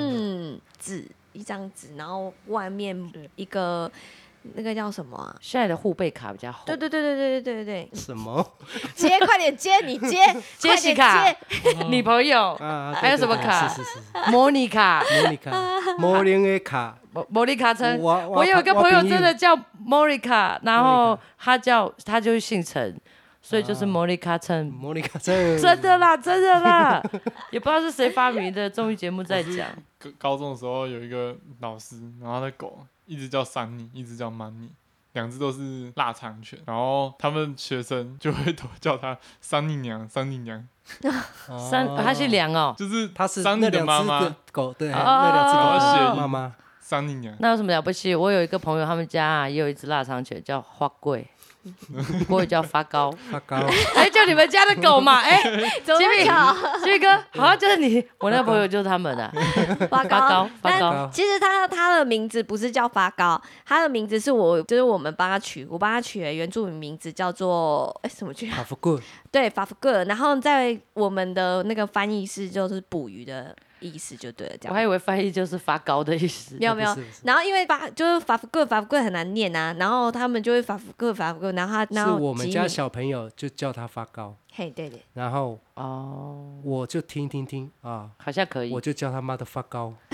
Speaker 3: 嗯，纸一张纸，然后外面一个那个叫什么啊？
Speaker 2: 现在的护贝卡比较厚。
Speaker 3: 对对对对对对
Speaker 1: (laughs)
Speaker 3: 对对，
Speaker 1: 什么
Speaker 3: 接快点接你接快点接
Speaker 2: Jessica 女
Speaker 3: (laughs)
Speaker 2: 朋友 (laughs)
Speaker 1: 啊？
Speaker 2: 还有什么卡
Speaker 1: 是是是，
Speaker 2: 莫妮卡，
Speaker 1: 莫妮
Speaker 2: (laughs)
Speaker 1: 卡，莫林的卡，
Speaker 2: 莫莫妮卡称。
Speaker 1: 我
Speaker 2: 我有一个朋友真
Speaker 1: (laughs)
Speaker 2: 的，叫莫妮卡，然后
Speaker 1: Monica
Speaker 2: 他叫他就是姓陈，所以就是
Speaker 1: 啊嗯
Speaker 2: 莫妮卡称。
Speaker 1: 莫妮卡真
Speaker 2: (laughs) 真的啦，真的
Speaker 1: (laughs)
Speaker 2: 啦，也不知道是谁发明的，综艺节目在讲。
Speaker 4: 高高中的时候有一个老师，然后他的狗一直叫 Sunny，一直叫 Money，两只都是腊肠犬，然后他们学生就会都叫他 Sunny 娘，Sunny 娘，
Speaker 2: 三，他姓，梁哦，
Speaker 4: 就是
Speaker 1: 他是那
Speaker 4: Sunny
Speaker 1: 两
Speaker 4: 的妈
Speaker 1: 只的
Speaker 4: 妈
Speaker 1: 狗，对，
Speaker 2: 哦
Speaker 1: 那两只狗
Speaker 4: 哦
Speaker 1: 的妈妈，
Speaker 4: ，Sunny 娘，
Speaker 2: 那有什么了不起？我有一个朋友，他们家、啊、也有一只腊肠犬，叫花
Speaker 1: (laughs)
Speaker 2: 贵，或者叫发糕。
Speaker 1: 发高，
Speaker 2: 哎、就你们家的狗嘛？哎、
Speaker 1: (laughs)
Speaker 3: 怎么那么巧？
Speaker 2: 俊哥，好像就是你，我那个朋友就是他们的、啊。
Speaker 3: 发
Speaker 2: 发糕发
Speaker 3: 但
Speaker 2: 糕
Speaker 3: 其实他他的名字不是叫发糕，他的名字是我就是我们帮他取，我帮他取的原住民名字叫做哎、什么去？
Speaker 1: 好不过
Speaker 3: 对，法夫哥。然后在我们的那个翻译是就是捕鱼的意思就对了，这
Speaker 2: 我还
Speaker 3: 样。
Speaker 2: 以为翻译就是发糕的意思 (laughs)
Speaker 3: 没。有没有
Speaker 1: 不是不是，
Speaker 3: 然后因为法就是法夫哥法夫哥很难念啊，然后他们就会法夫哥法夫哥，然后他然
Speaker 1: 是
Speaker 3: 后
Speaker 1: 我们
Speaker 3: 吉
Speaker 1: 家
Speaker 3: 米
Speaker 1: 小朋友就叫他发高，
Speaker 3: 嘿对对，
Speaker 1: 然后
Speaker 2: 哦，
Speaker 1: 我就听听听啊，
Speaker 2: 好像可以
Speaker 1: 我。就叫他妈的发高， (laughs)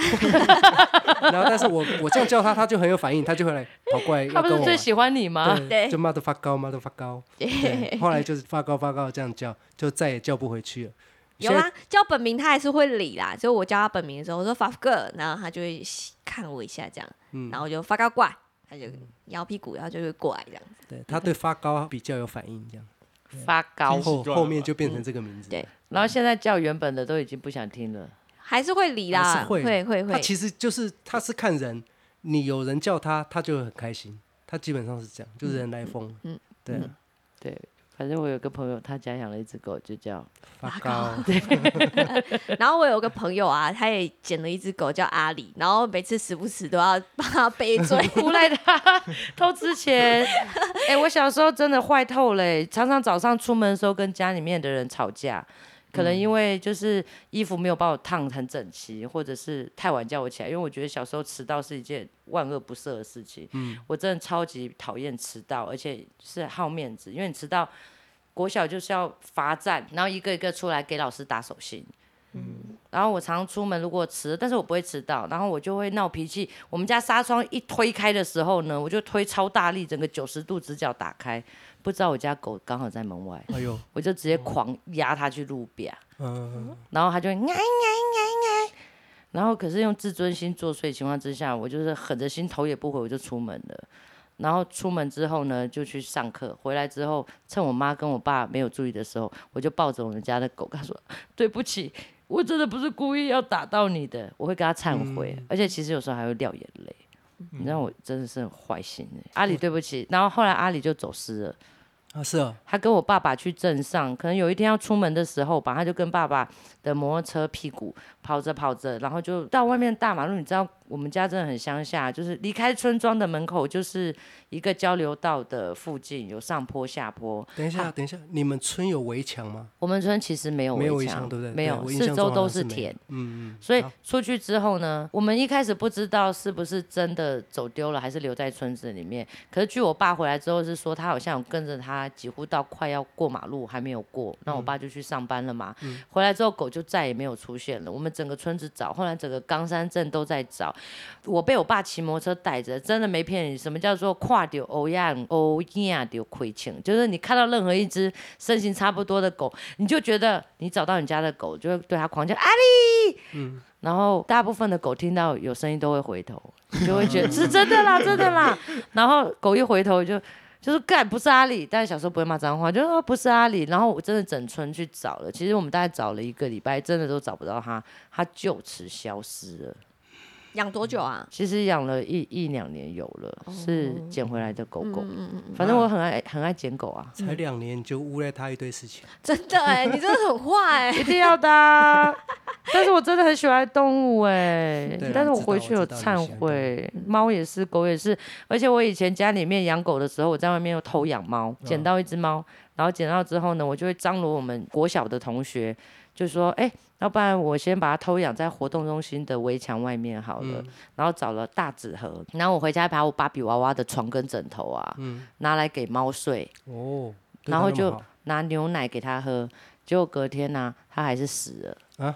Speaker 1: 然后但是我我这样叫他，他就很有反应，他就会来跑过来
Speaker 2: 他
Speaker 1: 要
Speaker 2: 不
Speaker 1: 跟
Speaker 2: 是
Speaker 1: 我
Speaker 2: 最
Speaker 1: 玩。
Speaker 2: 喜欢你吗？
Speaker 3: 对
Speaker 1: 就妈的发高，妈的发
Speaker 2: (laughs)
Speaker 1: 高。对，后来就是发高发高这样叫，就再也叫不回去了。
Speaker 3: 有
Speaker 2: 啊
Speaker 3: 啦，叫本名他还是会理啦，所以我叫他本名的时候，我说法夫哥，然后他就会看我一下这样，
Speaker 1: 嗯
Speaker 3: 然后我就发高怪，他就摇屁股，然后就会过来这样子。
Speaker 1: 对他对发高比较有反应，这样
Speaker 2: 发糕
Speaker 4: 听。习
Speaker 1: 后
Speaker 4: 惯了吧
Speaker 1: 后面就变成这个名字。
Speaker 3: 对
Speaker 2: 然后现在叫原本的都已经不想听了。
Speaker 3: 还是会理啦，
Speaker 1: 还是会
Speaker 3: 会会
Speaker 1: 他
Speaker 3: 会
Speaker 1: 其实就是他是看人，你有人叫他，他就会很开心。他基本上是这样，就是人来疯。
Speaker 3: 嗯
Speaker 1: 嗯，对啊，
Speaker 2: 对，反正我有个朋友，他家养了一只狗，就叫。
Speaker 1: 发高
Speaker 3: 然后我有个朋友啊，他也捡了一只狗叫阿里，然后每次时不时都要帮他背罪
Speaker 1: (laughs)
Speaker 2: (laughs) 诬赖他偷之前，哎、我小时候真的坏透了、欸，常常早上出门的时候跟家里面的人吵架，可能因为就是衣服没有帮我烫很整齐，或者是太晚叫我起来，因为我觉得小时候迟到是一件万恶不赦的事情。嗯，我真的超级讨厌迟到，而且是好面子，因为你迟到。国小就是要罚站，然后一个一个出来给老师打手心。然后我常常出门，如果迟，但是我不会迟到，然后我就会闹脾气。我们家纱窗一推开的时候呢，我就推超大力，整个九十度直角打开，不知道我家狗刚好在门外，
Speaker 1: 哎呦，
Speaker 2: 我就直接狂压它去路边，
Speaker 1: 嗯，
Speaker 2: 然后它就会哎哎哎哎，然后可是用自尊心作祟的情况之下，我就是狠着心头也不回，我就出门了。然后出门之后呢，就去上课。回来之后，趁我妈跟我爸没有注意的时候，我就抱着我们家的狗，跟他说：“对不起，我真的不是故意要打到你的。”我会跟他忏悔，而且其实有时候还会掉眼泪。你知道我真的是很坏心的、阿里，对不起。然后后来阿里就走失了。
Speaker 1: 啊是哦，
Speaker 2: 他跟我爸爸去镇上，可能有一天要出门的时候吧，他就跟爸爸的摩托车屁股跑着跑着，然后就到外面大马路，你知道我们家真的很乡下，就是离开村庄的门口就是一个交流道的附近，有上坡下坡。
Speaker 1: 等一下，等一下，你们村有围墙吗？
Speaker 2: 我们村其实没有
Speaker 1: 没有围
Speaker 2: 墙，
Speaker 1: 墙对不对对
Speaker 2: 没有，
Speaker 1: 我印
Speaker 2: 四
Speaker 1: 象
Speaker 2: 周
Speaker 1: 中好
Speaker 2: 都
Speaker 1: 像是没有
Speaker 2: 田。
Speaker 1: 嗯嗯，
Speaker 2: 所以
Speaker 1: 好
Speaker 2: 出去之后呢，我们一开始不知道是不是真的走丢了，还是留在村子里面。可是据我爸回来之后是说，他好像有跟着他，几乎到快要过马路还没有过。那我爸就去上班了嘛。
Speaker 1: 嗯
Speaker 2: 回来之后狗就再也没有出现了。我们整个村子找，后来整个冈山镇都在找。我被我爸骑摩托车带着，真的没骗你。什么叫做跨丢哦欧亚欧亚丢亏钱？就是你看到任何一只身形差不多的狗，你就觉得你找到你家的狗，就会对它狂叫啊阿里。然后大部分的狗听到有声音都会回头，你就会觉得 (laughs) 是真的啦，真的啦。然后狗一回头就就是干不是阿里，但是小时候不会骂脏话，就说、哦不是阿里。然后我真的整村去找了，其实我们大概找了一个礼拜，真的都找不到它，它就此消失了。
Speaker 3: 养多久啊？
Speaker 2: 其实养了一一两年有了，是捡回来的狗狗。
Speaker 3: 哦嗯嗯，
Speaker 2: 反正我很爱很爱捡狗啊，
Speaker 1: 才两年就诬赖他一堆事情，
Speaker 3: 真的哎、你真的很
Speaker 1: (laughs)
Speaker 3: 坏、欸
Speaker 1: 哎
Speaker 2: 一定要的啊、 (laughs) 但是我真的很喜欢动物哎、
Speaker 1: 对啊
Speaker 2: 但是
Speaker 1: 我
Speaker 2: 我
Speaker 1: 知
Speaker 2: 回
Speaker 1: 道
Speaker 2: 去
Speaker 1: 我
Speaker 2: 有
Speaker 1: 知道
Speaker 2: 忏
Speaker 1: 你喜欢
Speaker 2: 悔，猫也是，狗也是。而且我以前家里面养狗的时候，我在外面又偷养猫，
Speaker 1: 嗯
Speaker 2: 捡到一只猫，然后捡到之后呢，我就会张罗我们国小的同学，就说：“哎、要不然我先把它偷养在活动中心的围墙外面好
Speaker 1: 嗯
Speaker 2: 了。然后找了大纸盒，然后我回家把我芭比娃娃的床跟枕头啊，
Speaker 1: 嗯
Speaker 2: 拿来给猫睡，
Speaker 1: 哦，对他
Speaker 2: 然后
Speaker 1: 那么
Speaker 2: 就
Speaker 1: 好
Speaker 2: 拿牛奶给它喝，结果隔天呢、它还是死了。
Speaker 1: 啊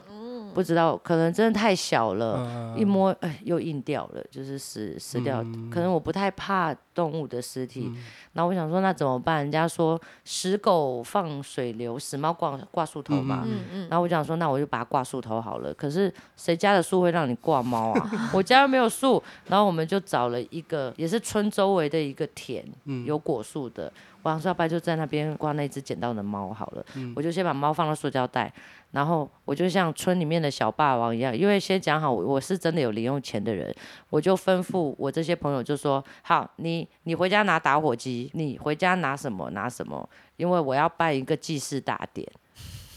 Speaker 2: 不知道，可能真的太小了，
Speaker 1: 嗯
Speaker 2: 呃一摸哎又硬掉了，就是死死掉。
Speaker 3: 嗯
Speaker 2: 可能我不太怕动物的尸体，然后我想说那怎么办？人家说死狗放水流，死猫挂挂树头嘛。
Speaker 3: 嗯嗯，
Speaker 2: 然后我就想说，那我就把它挂树头好了。可是谁家的树会让你挂猫啊？ (laughs) 我家又没有树。然后我们就找了一个，也是村周围的一个田，
Speaker 1: 嗯
Speaker 2: 有果树的。我想说，要不然就在那边挂那只捡到的猫好了。
Speaker 1: 嗯
Speaker 2: 我就先把猫放到塑胶袋，然后我就像村里面的小霸王一样，因为先讲好，我是真的有零用钱的人，我就吩咐我这些朋友就说：好，你你回家拿打火机，你回家拿什么拿什么，因为我要办一个祭祀大典。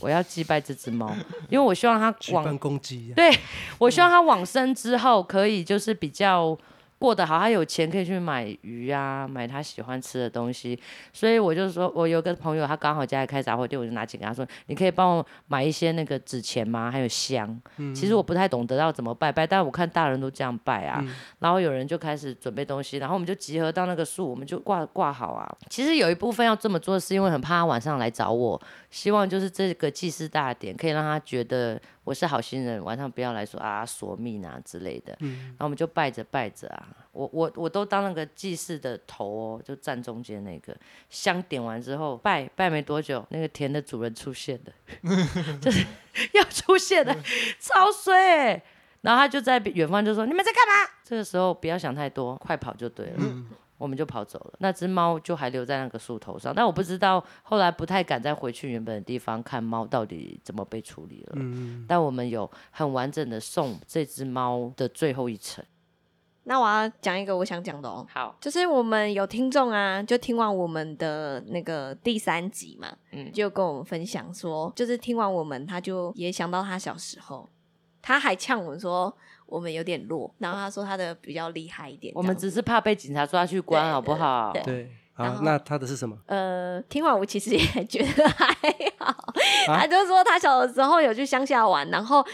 Speaker 2: 我要祭拜这只猫，因为我希望它
Speaker 1: 举
Speaker 2: 往
Speaker 1: 办攻击一样，
Speaker 2: 对我希望他往生之后可以就是比较过得好，他有钱可以去买鱼啊，买他喜欢吃的东西。所以我就说，我有个朋友，他刚好家里开杂货店，我就拿钱给他说，你可以帮我买一些那个纸钱吗？还有香。
Speaker 1: 嗯
Speaker 2: 其实我不太懂得要怎么拜拜，但我看大人都这样拜啊。然后有人就开始准备东西，然后我们就集合到那个树，我们就挂挂好啊。其实有一部分要这么做，是因为很怕他晚上来找我，希望就是这个祭祀大典可以让他觉得我是好心人，晚上不要来说啊索命啊之类的。然后我们就拜着拜着啊，我我我都当那个祭祀的头哦，就站中间那个香点完之后拜拜没多久，那个田的主人出现了， (laughs) 就是 (laughs) 要出现了，超衰、欸。然后他就在远方就说：“你们在干
Speaker 3: 嗯
Speaker 2: 嘛？”这个时候不要想太多，快跑就对了。我们就跑走了，那只猫就还留在那个树头上，但我不知道后来不太敢再回去原本的地方看猫到底怎么被处理了。但我们有很完整的送这只猫的最后一程。
Speaker 3: 那我要讲一个我想讲的哦。
Speaker 2: 好，
Speaker 3: 就是我们有听众啊，就听完我们的那个第三集嘛，
Speaker 2: 嗯
Speaker 3: 就跟我们分享说，就是听完我们，他就也想到他小时候，他还呛我们说我们有点弱，然后他说他的比较厉害一点。
Speaker 2: 我们
Speaker 3: 这样
Speaker 2: 只是怕被警察抓去关，
Speaker 3: 对
Speaker 2: 好不好？
Speaker 3: 对
Speaker 1: 对，
Speaker 3: 然
Speaker 1: 好
Speaker 3: 后，
Speaker 1: 那他的是什么？
Speaker 3: 呃，听完我其实也觉得还
Speaker 2: (laughs)
Speaker 3: 好，
Speaker 1: 啊
Speaker 3: 他就说他小的时候有去乡下玩，然后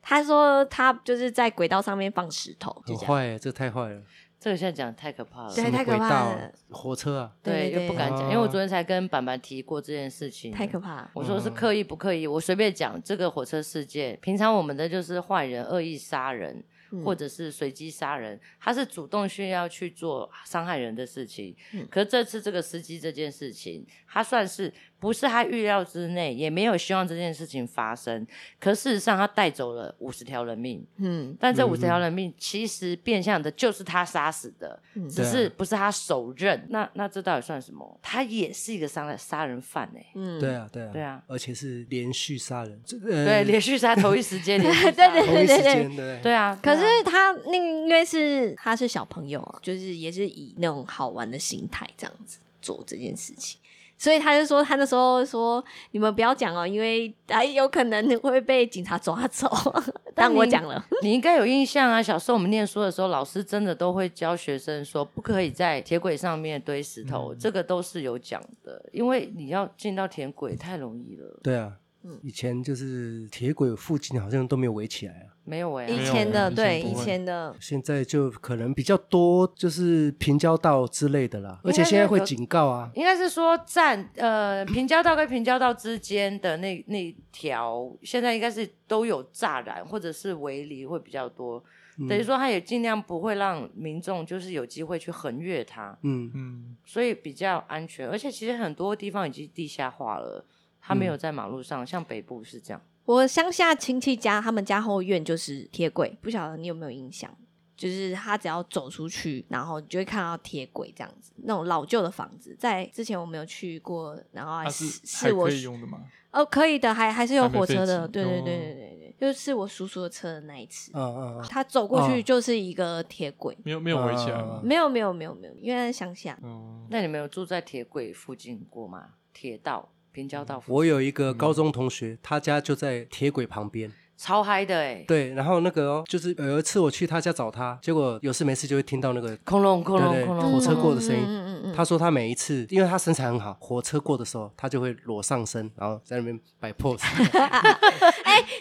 Speaker 3: 他说他就是在轨道上面放石头，
Speaker 1: 很
Speaker 3: 就这
Speaker 2: 哦
Speaker 3: 样，
Speaker 1: 坏耶，这个太坏了，
Speaker 2: 这个现在讲太可怕了。
Speaker 3: 对
Speaker 1: 什么
Speaker 3: 太可
Speaker 1: 轨
Speaker 3: 怕
Speaker 1: 道啊
Speaker 3: 了，
Speaker 1: 火车啊，
Speaker 2: 对，又不敢讲，
Speaker 1: 哦
Speaker 2: 因为我昨天才跟板板提过这件事情。
Speaker 3: 太可怕了。
Speaker 2: 我说是刻意不刻意，我随便讲这个火车事件。平常我们的就是坏人恶意杀人，
Speaker 3: 嗯
Speaker 2: 或者是随机杀人，他是主动需要去做伤害人的事情。
Speaker 3: 嗯
Speaker 2: 可是这次这个司机这件事情，他算是不是他预料之内，也没有希望这件事情发生。可事实上，他带走了五十条人命，
Speaker 3: 嗯
Speaker 2: 但这五十条人命其实变相的就是他杀死的，
Speaker 3: 嗯
Speaker 2: 只
Speaker 1: 对啊
Speaker 2: 是不是他手刃。那那这到底算什么？他也是一个杀杀人犯哎、
Speaker 3: 嗯，
Speaker 1: 对啊，对啊，
Speaker 2: 对啊，
Speaker 1: 而且是连续杀人，这
Speaker 2: 对，
Speaker 1: 呃，
Speaker 2: 连续杀同一
Speaker 3: (laughs)
Speaker 2: 时间，连续杀
Speaker 3: 对对
Speaker 1: 同一时
Speaker 3: 对对
Speaker 1: 间，对不对
Speaker 2: 对啊。
Speaker 3: 可
Speaker 2: 对啊
Speaker 3: 是他那因为是他是小朋友啊，就是也是以那种好玩的心态这样子做这件事情，所以他就说他那时候说你们不要讲哦，因为啊有可能会被警察抓走， (laughs) 但我
Speaker 2: 你
Speaker 3: 讲了，
Speaker 2: 你应该有印象啊，小时候我们念书的时候，老师真的都会教学生说，不可以在铁轨上面堆石
Speaker 3: 嗯
Speaker 2: 头，这个都是有讲的，因为你要进到铁轨太容易了。
Speaker 1: 对啊，
Speaker 2: 嗯
Speaker 1: 以前就是铁轨附近好像都没有围起来啊，
Speaker 2: 没有哎、
Speaker 4: 没
Speaker 3: 以
Speaker 4: 有
Speaker 3: 前的
Speaker 4: 以前
Speaker 3: 对
Speaker 4: 不
Speaker 3: 以
Speaker 4: 会
Speaker 3: 前的
Speaker 1: 现在就可能比较多就是平交道之类的啦，
Speaker 2: 应该
Speaker 1: 而且现在会警告啊，
Speaker 2: 应该是说站呃平交道跟平交道之间的那那条，现在应该是都有栅栏或者是围篱会比较多，等于
Speaker 1: 嗯
Speaker 2: 说它也尽量不会让民众就是有机会去横越它，
Speaker 1: 嗯，
Speaker 4: 嗯，
Speaker 2: 所以比较安全。而且其实很多地方已经地下化了，它
Speaker 1: 嗯
Speaker 2: 没有在马路上，像北部是这样。
Speaker 3: 我乡下亲戚家，他们家后院就是铁轨，不晓得你有没有印象？就是他只要走出去，然后你就会看到铁轨这样子，那种老旧的房子。在之前我没有去过，然后还
Speaker 4: 它
Speaker 3: 啊是
Speaker 4: 是
Speaker 3: 是
Speaker 4: 还
Speaker 3: 我
Speaker 4: 可以用的吗？
Speaker 3: 哦可以的，还还是有
Speaker 4: 还没
Speaker 3: 火
Speaker 4: 废
Speaker 3: 车的，
Speaker 4: 弃
Speaker 3: 对对
Speaker 4: 哦
Speaker 3: 对对对对，就是我叔叔的车的那一次，
Speaker 1: 嗯嗯嗯，
Speaker 3: 他走过去
Speaker 1: 哦
Speaker 3: 就是一个铁轨，
Speaker 4: 没有没有围起来吗？
Speaker 3: 没有没有没有没有，因为在乡下，
Speaker 1: 啊
Speaker 4: 哦，
Speaker 2: 那你们有住在铁轨附近过吗？铁道、平交道附近，
Speaker 1: 我有一个高中同学，他家就在铁轨旁边，
Speaker 2: 超嗨的哎、
Speaker 1: 对，然后那个哦，就是有一次我去他家找他，结果有事没事就会听到那个
Speaker 2: 空隆空
Speaker 1: 对
Speaker 2: 隆
Speaker 1: 对
Speaker 2: 空
Speaker 1: 火
Speaker 2: 隆，
Speaker 1: 车过的声音
Speaker 3: 嗯嗯嗯嗯嗯，
Speaker 1: 他说他每一次，因为他身材很好，火车过的时候，他就会裸上身，然后在那边摆 pose。 (laughs)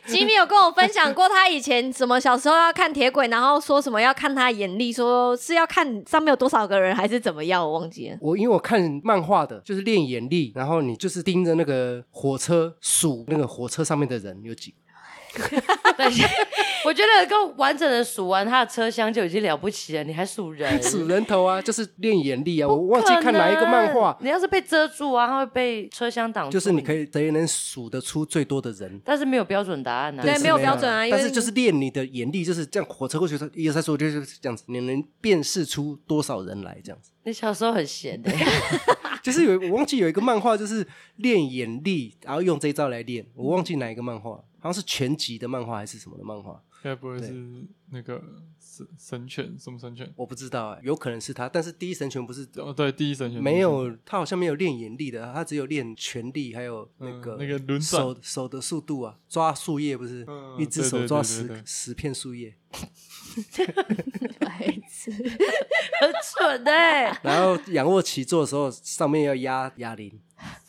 Speaker 3: 吉米有跟我分享过，他以前什么小时候要看铁轨，然后说什么要看他眼力，说是要看上面有多少个人，还是怎么样，我忘
Speaker 4: (laughs)
Speaker 3: 记了。
Speaker 1: 我因为我看漫画的，就是练眼力，然后你就是盯着那个火车数那个火车上面的人有几个。
Speaker 2: 但是我觉得够完整的数完他的车厢就已经了不起了，你还数人，
Speaker 1: 数人头啊，就是练眼力啊！我忘
Speaker 2: 不
Speaker 1: 记
Speaker 2: 可能
Speaker 1: 看哪一个漫画，
Speaker 2: 你要是被遮住啊，它会被车厢挡住。
Speaker 1: 就是你可
Speaker 2: 以，
Speaker 1: 以谁能数得出最多的人。
Speaker 2: 但是没有标准答案啊。
Speaker 3: 对
Speaker 1: 是
Speaker 3: 没有标准啊因为
Speaker 1: 但是就是练你的眼力，就是这样火车过去，一二三四五六就是这样子，你能辨识出多少人来这样子。
Speaker 2: 你小时候很闲的、 (laughs)
Speaker 3: 啊
Speaker 1: 就是有我忘记有一个漫画，就是练眼力，然后用这一招来练。我忘记哪一个漫画，好像是全集的漫画还是什么的漫画，
Speaker 4: 该不会
Speaker 1: 对
Speaker 4: 是那个神神犬什么神犬？
Speaker 1: 我不知道哎、有可能是他。但是第一神拳不是
Speaker 4: 哦，对，第一神犬
Speaker 1: 没有，他好像没有练眼力的，他只有练拳力，还有那
Speaker 4: 嗯
Speaker 1: 个、
Speaker 4: 那个轮转
Speaker 1: 手手的速度啊，抓树叶不是，
Speaker 4: 嗯
Speaker 1: 一只
Speaker 4: 对
Speaker 1: 手
Speaker 4: 对
Speaker 1: 抓
Speaker 4: 对
Speaker 1: 十
Speaker 4: 对对
Speaker 1: 十片树叶，
Speaker 3: 白痴，
Speaker 2: 很蠢哎、
Speaker 1: 然后仰卧起坐的时候上面要压哑铃。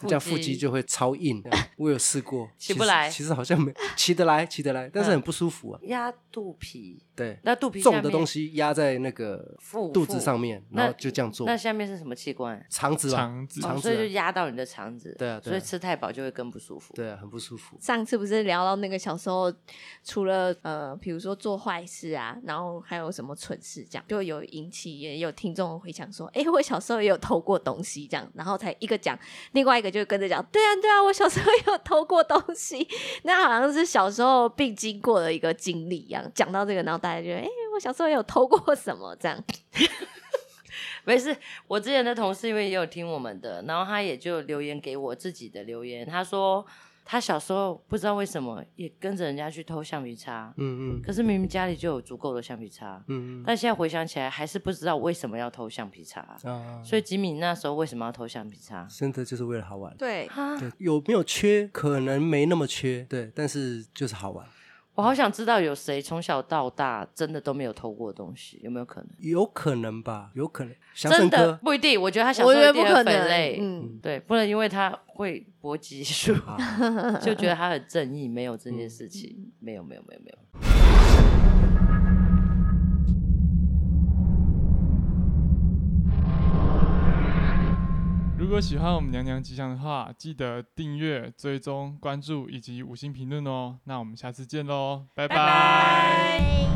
Speaker 1: 这样腹肌就会超硬，这样我有试过，
Speaker 2: (laughs) 起不
Speaker 1: 其实
Speaker 2: 来
Speaker 1: 其实好像没起得来，起得来，但是很不舒服啊。
Speaker 2: 压肚皮，
Speaker 1: 对，
Speaker 2: 那肚皮下
Speaker 1: 重
Speaker 2: 面
Speaker 1: 的东西压在那个
Speaker 2: 腹
Speaker 1: 肚子
Speaker 2: 腹
Speaker 1: 上面，
Speaker 2: 那
Speaker 1: 然后就这样做
Speaker 2: 那，下面是什么器官？
Speaker 1: 肠子吧，
Speaker 4: 肠子
Speaker 1: 肠
Speaker 2: 哦，
Speaker 1: 子
Speaker 2: 所以就
Speaker 1: 啊，
Speaker 2: 压到你的肠子，
Speaker 1: 对啊对啊
Speaker 2: 所以吃太饱就会更不舒服。
Speaker 1: 对啊，很不舒服。
Speaker 3: 上次不是聊到那个小时候，除了呃，比如说做坏事啊，然后还有什么蠢事，这样就有引起也有听众回想说，哎、我小时候也有偷过东西，这样，然后才一个讲，另外一个就跟着讲，对啊，对啊，我小时候也有偷过东西，那好像是小时候必经过的一个经历一样。讲到这个，然后大家觉得，哎、我小时候也有偷过什么这样。
Speaker 2: 没事，我之前的同事因为也有听我们的，然后他也就留言给我自己的留言，他说他小时候不知道为什么也跟着人家去偷橡皮擦，
Speaker 1: 嗯嗯
Speaker 2: 可是明明家里就有足够的橡皮擦，
Speaker 1: 嗯
Speaker 2: 但现在回想起来还是不知道为什么要偷橡皮擦。
Speaker 1: 嗯啊，
Speaker 2: 所以吉米那时候为什么要偷橡皮擦？
Speaker 1: 真的就是为了好玩。
Speaker 3: (laughs) 对，
Speaker 2: 啊，
Speaker 1: 对，有没有缺？可能没那么缺，对，但是就是好玩。
Speaker 2: 我好想知道有谁从小到大真的都没有偷过东西，有没有可能？
Speaker 1: 有可能吧，有可能。祥
Speaker 2: 真
Speaker 1: 盛
Speaker 2: 的
Speaker 1: 哥
Speaker 2: 不一定，我觉得他小时候
Speaker 3: 我觉得
Speaker 2: 一定
Speaker 3: 不
Speaker 2: 很
Speaker 3: 可
Speaker 2: 分
Speaker 3: 能
Speaker 2: 类，
Speaker 3: 嗯，
Speaker 2: 对，不能因为他会搏击 (laughs) 术，就觉得他很正义，没有这件事情，没有，没有，没有，没有。
Speaker 4: 如果喜欢我们娘娘吉祥的话，记得订阅、追踪、关注以及五星评论哦。那我们下次见喽，拜拜
Speaker 2: 拜
Speaker 3: 拜。